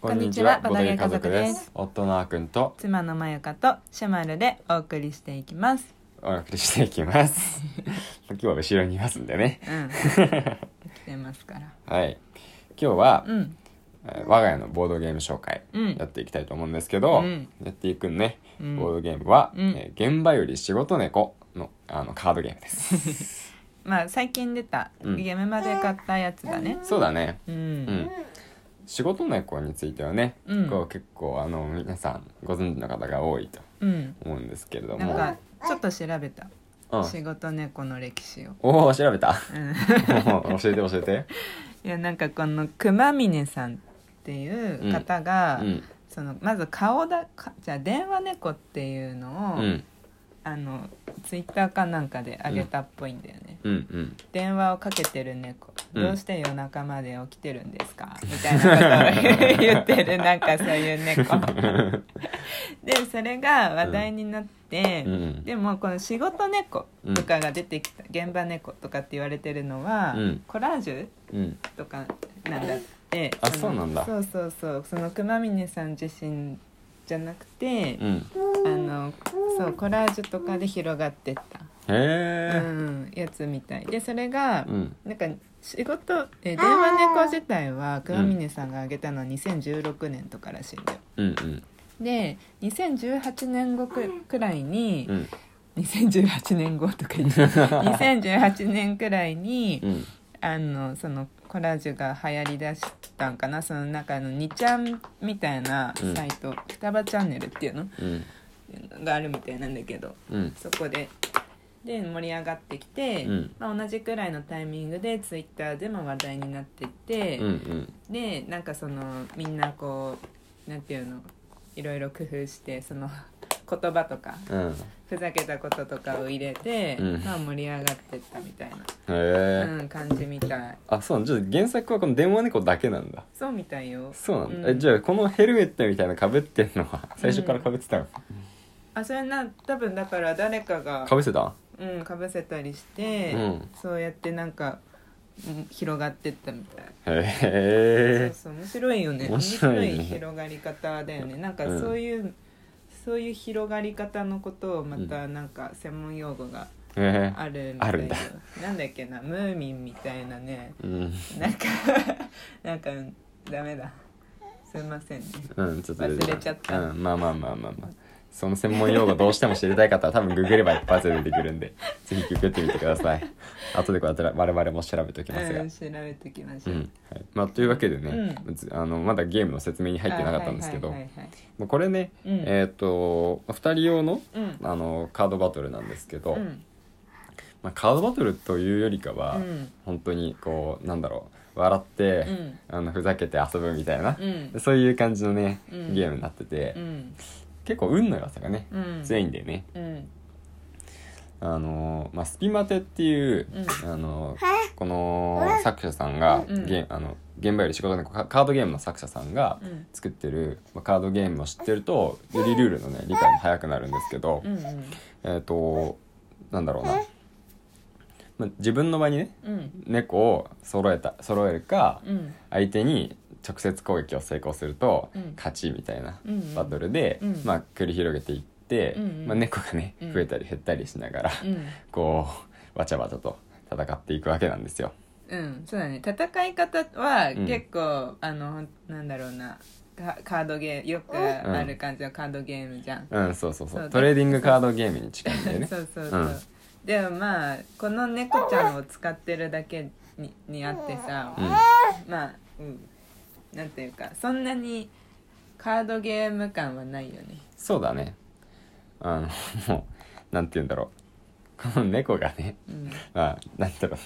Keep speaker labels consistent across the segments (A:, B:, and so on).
A: こんにちは
B: こんにち
A: ボドゲ家族です
B: 夫のあーくんと
A: 妻のまゆかとシャマルでお送りしていきます。
B: お送りしていきます 今日は後ろにいますんでね
A: うん。来てますから。
B: はい今日は、
A: うん。
B: えー我が家のボードゲーム紹介
A: うん
B: やっていきたいと思うんですけど、
A: うん
B: やっていくね、
A: うん
B: ボードゲームは、
A: うん
B: えー現場より仕事猫の」あのカードゲームです
A: まあ最近出た
B: うん
A: ゲームまで買ったやつだね。
B: そうだね
A: う。
B: うんん仕事猫についてはね、
A: うん
B: こう結構あの皆さんご存知の方が多いと
A: うん。
B: 思うんですけれど
A: なん
B: も
A: かちょっと調べた。
B: うん、
A: 仕事猫の歴史を。
B: おお調べた
A: うん。
B: 教えて教えて
A: いやなんかこの熊峰さんっていう方が、
B: うん
A: そのまず顔だかじゃあ電話猫っていうのを、
B: うん
A: あのツイッターかなんかで上げたっぽいんだよね。
B: うんうん
A: 電話をかけてる猫
B: うん
A: どうして夜中まで起きてるんですか、みたいなことを言ってるなんかそうい う猫でそれが話題になって、
B: うん
A: でもこの仕事猫とかが出てきた、現場猫とかって言われてるのは、
B: うん
A: コラージュ
B: うん
A: とかなんだって
B: あ
A: の
B: そうなんだ
A: そうそうそうその熊峰さん自身じゃなくて
B: う、ん
A: あのそうコラージュとかで広がってった。
B: へえ
A: うん、やつみたいでそれが、
B: うん
A: なんか仕事えー電話猫自体は桑峰さんが挙げたのは2016年とからしいんだよ
B: うんうん
A: で2018年後くくらいに
B: う、ん
A: 2018年後とか 言って2018年くらいに、
B: うん
A: あのそのコラージュが流行りだしたんかなその中の2ちゃんみたいなサイト、双葉チャンネルっていうの
B: うん
A: があるみたいなんだけど
B: うん
A: そこでで盛り上がってきて、
B: うん
A: まあ、同じくらいのタイミングでツイッターでも話題になってって、
B: うんうん
A: でなんかそのみんなこうなんていうのいろいろ工夫してその言葉とか
B: うん
A: ふざけたこととかを入れて、
B: うん
A: まあ、盛り上がってったみたい
B: へ
A: な、
B: え
A: うん、感じみたい
B: あそうなんじゃあ原作はこの電話猫だけなんだ
A: そうみたいよ
B: そうなんだ
A: う
B: え
A: ん
B: じゃあこのヘルメットみたいなかぶってんのは最初からかぶってたの
A: あそれな多分だから誰かが
B: かぶせた
A: うん、かぶせたりして、
B: うん
A: そうやってなんかうん広がってったみたいそう
B: へえ
A: そう面白いよね
B: 面白いね
A: 面白広がり方だよねなんか
B: うん
A: そういう、そういう広がり方のことをまた
B: う
A: なんか専門用語が
B: へ
A: あるみた
B: あ
A: い
B: る
A: な、
B: んだ
A: なんだっけなムーミンみたいなね
B: えうん
A: な んかなんかダメだすいませんね
B: うんちょっと
A: 忘れちゃった
B: うんまあまあまあまあまあその専門用語どうしても知りたい方は多分ググれば一発で出てくる んでぜひググってみてください後でこうやって我々も調べておきますが
A: うん、調べてきまし
B: う
A: ょう、
B: んはいまあ、というわけでね、ずあのまだゲームの説明に入ってなかったんですけど、
A: あはいはいはいはい
B: もうこれね、
A: うん
B: えっ、と2人用の
A: うん
B: あのカードバトルなんですけど、
A: うん
B: まあ、カードバトルというよりかは、
A: うん
B: 本当にこうなんだろう笑って、
A: うん
B: あのふざけて遊ぶみたいな、
A: うん
B: そういう感じのね、
A: うん
B: ゲームになってて、
A: うん
B: 結構運の良さがね、
A: うん
B: 強いんでね
A: うん
B: あのーまあ、スピマテっていう、
A: う
B: あのーこの作者さんが、
A: うん
B: ゲあの現場より仕事のカカードゲームの作者さんが
A: うん
B: 作ってる、まあ、カードゲームを知ってるとよりルールのね理解も早くなるんですけど、
A: うん
B: えっ、となんだろうな、まあ、自分の場にね
A: うん
B: 猫を揃えた揃えるか、
A: うん
B: 相手に直接攻撃を成功すると
A: うん
B: 勝ちみたいな
A: うんうん
B: バトルで、
A: うん
B: まあ、繰り広げていって、
A: うんうん
B: まあ、猫がね
A: うん
B: 増えたり減ったりしながら、
A: うん
B: こうわちゃわちゃと戦っていくわけなんですよ。
A: うん、そうだね戦い方は
B: うん
A: 結構、あのなんだろうなカカードゲームよくある感じのカードゲームじゃん、
B: うん、そうそうそう
A: そう
B: トレーディングカードゲームに近いんだよね。
A: そうそうそう、
B: うん
A: でもまあこの猫ちゃんを使ってるだけににあってさ、
B: うん
A: まあ、うん、なんていうかそんなにカードゲーム感はないよね
B: そうだね。あの、もう、なんて言うんだろう。この猫がね、
A: うん、
B: まあ、なんだろ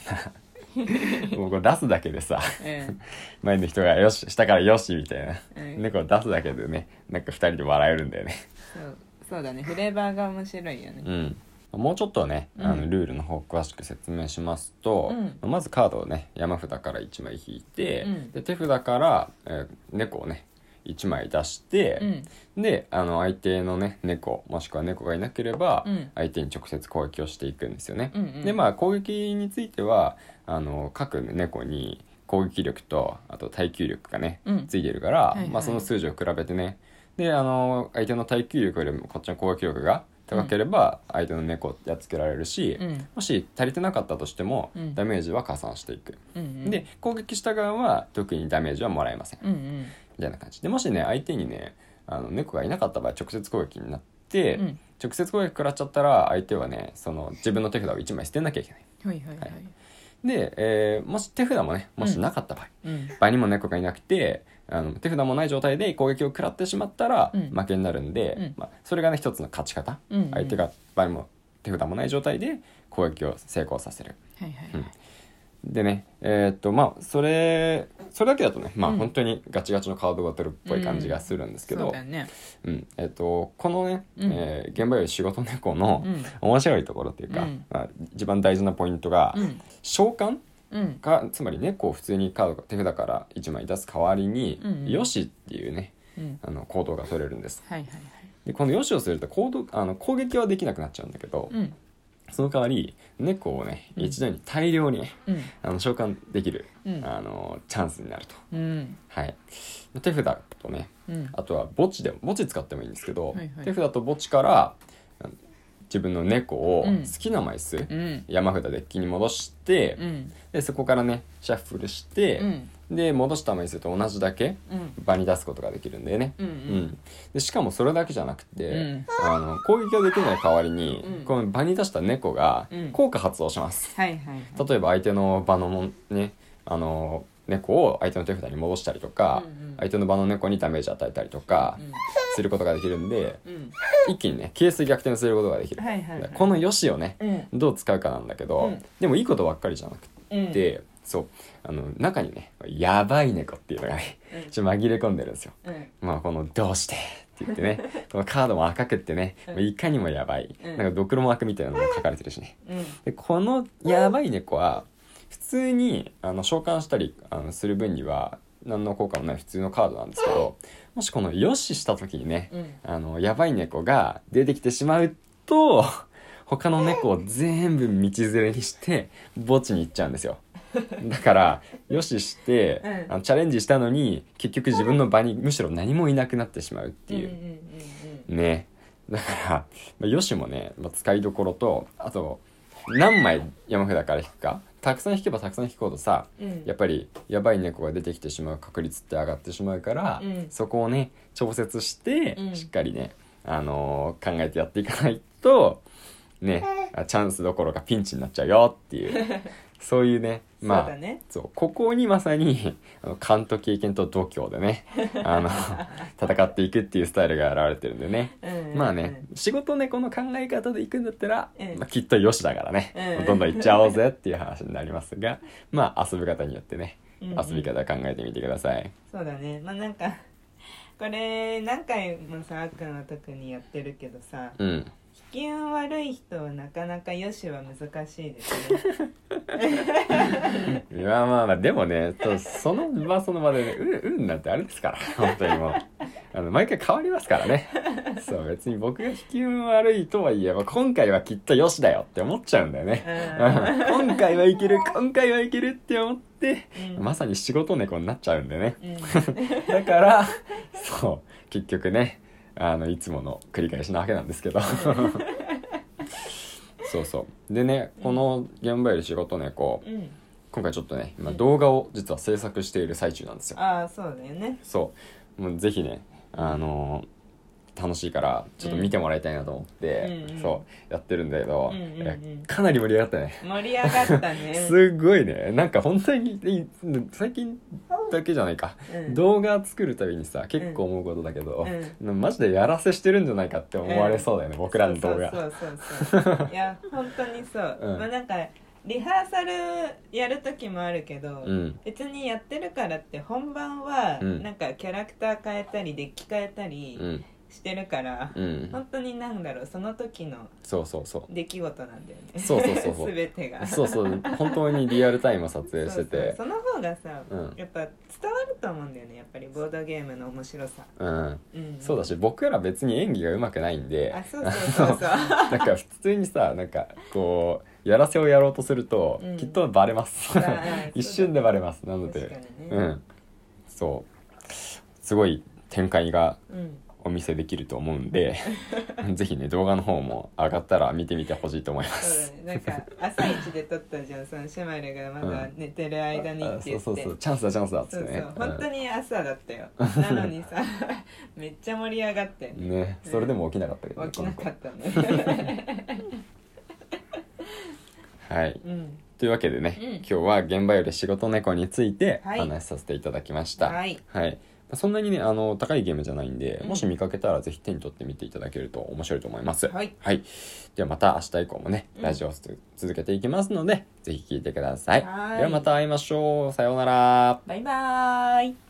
B: うな。もうこれ出すだけでさ、
A: うん、
B: 前の人がよし、下からよし、みたいな。
A: うん
B: 猫を出すだけで ね、なんか二人で笑えるんだよね。
A: そうそうだねフレーバーが面白いよね
B: うん。もうちょっとね、あ
A: う
B: の
A: ん
B: ルールの方詳しく説明しますと、まずカードをね山札から1枚引いて、
A: うん
B: で手札から、えー猫をね1枚出して、
A: うん
B: であの相手のね猫もしくは猫がいなければ、
A: うん
B: 相手に直接攻撃をしていくんですよね。
A: うんうん
B: でまあ攻撃についてはあの各猫に攻撃力とあと耐久力がね、
A: うん
B: ついてるから、
A: いはい
B: まあ、その数字を比べてねであの相手の耐久力よりもこっちの攻撃力が高ければ相手の猫をやっつけられるし、
A: うん
B: もし足りてなかったとしても、
A: うん
B: ダメージは加算していく、
A: うんうん
B: で攻撃した側は特にダメージはもらえません
A: うんうん
B: みたいな感じでもしね相手にねあの猫がいなかった場合直接攻撃になって、
A: うん
B: 直接攻撃食らっちゃったら相手はねその自分の手札を1枚捨てなきゃいけない
A: はいはいは
B: はいいで、えーもし手札もねもしなかった場合、
A: うん
B: 場合にも猫がいなくてあの手札もない状態で攻撃を食らってしまったら
A: うん
B: 負けになるんで、
A: うん
B: まあ、それがね一つの勝ち方、
A: うんうん
B: 相手が場合にも手札もない状態で攻撃を成功させる
A: はいはいはい
B: でねえーっとまあそれそれだけだとねまあ
A: うん
B: 本当にガチガチのカードバトルっぽい感じがするんですけど、
A: そうだね
B: うんえっとこのね、
A: うん
B: えー現場より仕事猫の
A: うん
B: 面白いところっていうか、
A: うん
B: まあ、一番大事なポイントが、
A: うん
B: 召喚
A: うん
B: かつまり猫を普通にカード手札から1枚出す代わりに「
A: うん
B: よし」っていうね
A: うん
B: あの行動が取れるんです
A: はいはいはい
B: でこの「よし」をすると行動あの攻撃はできなくなっちゃうんだけど、
A: うん
B: その代わり猫をね
A: うん
B: 一度に大量にね
A: うん
B: あの召喚できる、
A: うん
B: あのチャンスになると。
A: うん
B: はい、手札とね
A: うん
B: あとは墓地でも墓地使ってもいいんですけど、
A: はいはい
B: 手札と墓地からうん自分の猫を
A: うん
B: 好きな枚数、
A: うん
B: 山札デッキに戻して、
A: うん
B: でそこからねシャッフルして、
A: うん
B: で戻した枚数と同じだけ
A: うん
B: 場に出すことができるんだよね。
A: うんう
B: うん
A: ん
B: でしかもそれだけじゃなくて、
A: うん
B: あの攻撃ができない代わりに、
A: うん
B: この場に出した猫が
A: うん
B: 効果発動します。
A: はいはいはい
B: 例えば相手の場のもんねあの猫を相手の手札に戻したりとか、
A: うんうん
B: 相手の場の猫にダメージ与えたりとかすることができるんで、
A: うんうん
B: 一気にねケース逆転することができる、
A: はいはいはい
B: この「よし」をね
A: うん
B: どう使うかなんだけど、
A: うん
B: でもいいことばっかりじゃなく
A: うん
B: て、そうあの中にね「やばい猫」っていうのがね
A: うん
B: ちょっと紛れ込んでるんですよ。
A: うん
B: まあこの「どうして」って言って ねこのカードも赤くってね、
A: うん
B: まあいかにもやばい、
A: うん
B: なんかドクロマークみたいなのも書かれてるしね。
A: うん
B: でこのやばい猫は普通にあの召喚したりあのする分には何の効果もない普通のカードなんですけどもしこの「よし」した時にね
A: うん
B: あのやばい猫が出てきてしまうと他の猫を全部道連れにして墓地に行っちゃうんですよ。だからよしして、
A: うん
B: あのチャレンジしたのに結局自分の場にむしろ何もいなくなってしまうっていう
A: うんうん
B: ねだから、まあ、よしもね、まあ、使いどころとあと何枚山札から引くかたくさん引けばたくさん引くほどさ
A: うんうん
B: やっぱりやばい猫が出てきてしまう確率って上がってしまうから、
A: うん
B: そこをね調節して
A: うん
B: しっかりね、あのー考えてやっていかないとねあチャンスどころかピンチになっちゃうよっていう そういうねまあ
A: そうだね
B: そうここにまさにあの勘と経験と度胸で ねあの戦っていくっていうスタイルが現れてるんでね
A: うん
B: まあね仕事ねこの考え方でいくんだったら、
A: うん
B: まあ、きっとよしだからね、
A: うん
B: どんどんいっちゃおうぜっていう話になりますがまあ遊び方によってね
A: うん
B: 遊び方考えてみてください。
A: そうだねまあなんかこれ何回もさあっくんは特にやってるけどさ
B: うん、
A: 機嫌悪い人はなかなかよしは難しいです ね
B: まあまあまあでもねそうその場その場で、ね、うんうんなんてあれですから本当にもうあの毎回変わりますからねそう別に僕が引き運悪いとはいえ、まあ、今回はきっとよしだよって思っちゃうんだよね、うん今回はいける今回はいけるって思って、
A: うん
B: まさに仕事猫になっちゃうんでね
A: うん
B: だからそう結局ねあのいつもの繰り返しなわけなんですけどそうそうでねこの現場より仕事猫、
A: うんうん
B: 今回ちょっとね今
A: うん
B: 動画を実は制作している最中なんですよ
A: ああそうだよね
B: そうもうぜひねあのー楽しいからちょっと見てもらいたいなと思って、
A: うんうん
B: そうやってるんだけど、
A: うんうんうん
B: えかなり盛り上がったね
A: 盛り上がったね
B: すごいねなんか本当にい最近だけじゃないか、
A: うん
B: 動画作るたびにさ結構思うことだけど、
A: う
B: マジでやらせしてるんじゃないかって思われそうだよね、僕らの動画
A: そうそうそうそういや本当にそう、
B: うん
A: まあなんかリハーサルやる時もあるけど、
B: うん
A: 別にやってるからって本番は
B: うん
A: なんかキャラクター変えたりデッキ変えたり
B: うん
A: してるから、
B: うん
A: 本当になんだろうその時の
B: そうそうそう
A: 出来事なんだよね
B: そうそうそうそう
A: 全てが
B: そうそう本当にリアルタイム撮影してて
A: そうそうその方がさ、
B: うん
A: やっぱ伝わると思うんだよねやっぱりボードゲームの面白さ、
B: うん
A: うん、
B: そうだし僕ら別に演技が上手くないんで
A: あそうそうそうそう
B: なんか普通にさなんかこうやらせをやろうとすると、
A: うん
B: きっとバレます
A: あー
B: 一瞬でバレますなの
A: 確
B: で、
A: かに
B: う
A: ね
B: んそうすごい展開が
A: うん
B: お見せできると思うん でぜひね動画の方も上がったら見てみてほしいと思いま
A: そうだ
B: す。
A: ね、なんか朝一で撮ったじゃんそのシュマルがまだ寝てる間にっ
B: あ
A: て言って、
B: そうそうそうチャンスだチャンスだっつ
A: そ
B: っ
A: う
B: て
A: そう、
B: ね
A: 本当に朝だったよなのにさめっちゃ盛り上がって
B: うんねそれでも起きなかったけどね、
A: 起きな
B: こ
A: かったね
B: の子はい
A: うん
B: というわけでね、
A: うん
B: 今日は現場より仕事猫について
A: はい
B: 話しさせていただきました、
A: はい
B: そんなにねあの高いゲームじゃないんで、
A: うん
B: もし見かけたらぜひ手に取ってみていただけると面白いと思います
A: はい
B: ではまた明日以降もね
A: うん
B: ラジオをつ続けていきますので、ぜひ聞いてください
A: はい
B: ではまた会いましょうさようなら
A: バイバーイ